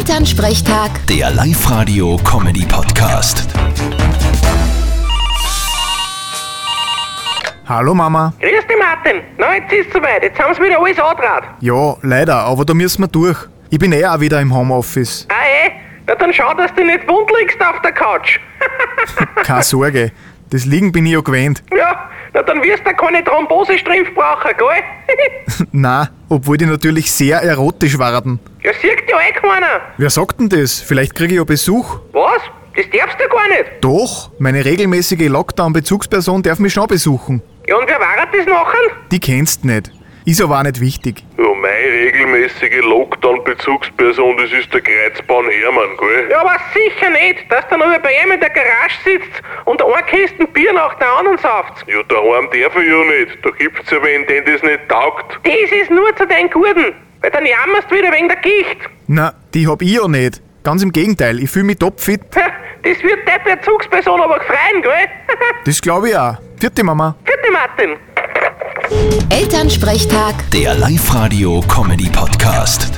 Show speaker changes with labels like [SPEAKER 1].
[SPEAKER 1] Elternsprechtag,
[SPEAKER 2] Der Live-Radio-Comedy-Podcast.
[SPEAKER 3] Hallo Mama.
[SPEAKER 4] Grüß dich, Martin. Na, jetzt ist soweit. Jetzt haben sie wieder alles andraht.
[SPEAKER 3] Ja, leider, aber da müssen wir durch. Ich bin eh auch wieder im Homeoffice.
[SPEAKER 4] Ah, eh? Na, dann schau, dass du nicht wund liegst auf der Couch.
[SPEAKER 3] Keine Sorge, das Liegen bin ich ja gewöhnt.
[SPEAKER 4] ja, na, dann wirst du keine Thrombosestrümpf brauchen, gell?
[SPEAKER 3] Na, obwohl die natürlich sehr erotisch waren.
[SPEAKER 4] ja, sieht ja eh keiner.
[SPEAKER 3] Wer sagt denn das? Vielleicht kriege ich ja Besuch.
[SPEAKER 4] Was? Das darfst du gar nicht.
[SPEAKER 3] Doch, meine regelmäßige Lockdown-Bezugsperson darf mich schon besuchen.
[SPEAKER 4] Ja, und wer war das nachher?
[SPEAKER 3] Die kennst nicht. Ist aber auch nicht wichtig.
[SPEAKER 5] Ja, meine regelmäßige Lockdown-Bezugsperson, das ist der Kreuzbahn Hermann, gell?
[SPEAKER 4] Ja, aber sicher nicht, dass du nur bei ihm in der Garage sitzt und ein Kisten Bier nach der anderen sauft.
[SPEAKER 5] Ja, daheim darf ich ja nicht. Da gibt's ja wen, den das nicht taugt.
[SPEAKER 4] Das ist nur zu deinen Gurden, weil dann jammerst du wieder wegen der Gicht.
[SPEAKER 3] Na, die hab ich ja nicht. Ganz im Gegenteil, ich fühle mich topfit.
[SPEAKER 4] Ha, Das wird der Bezugsperson aber gefreien, gell?
[SPEAKER 3] Das glaube ich auch. Vierte Mama.
[SPEAKER 4] Bitte, Martin.
[SPEAKER 1] Elternsprechtag.
[SPEAKER 2] Der Live-Radio-Comedy-Podcast.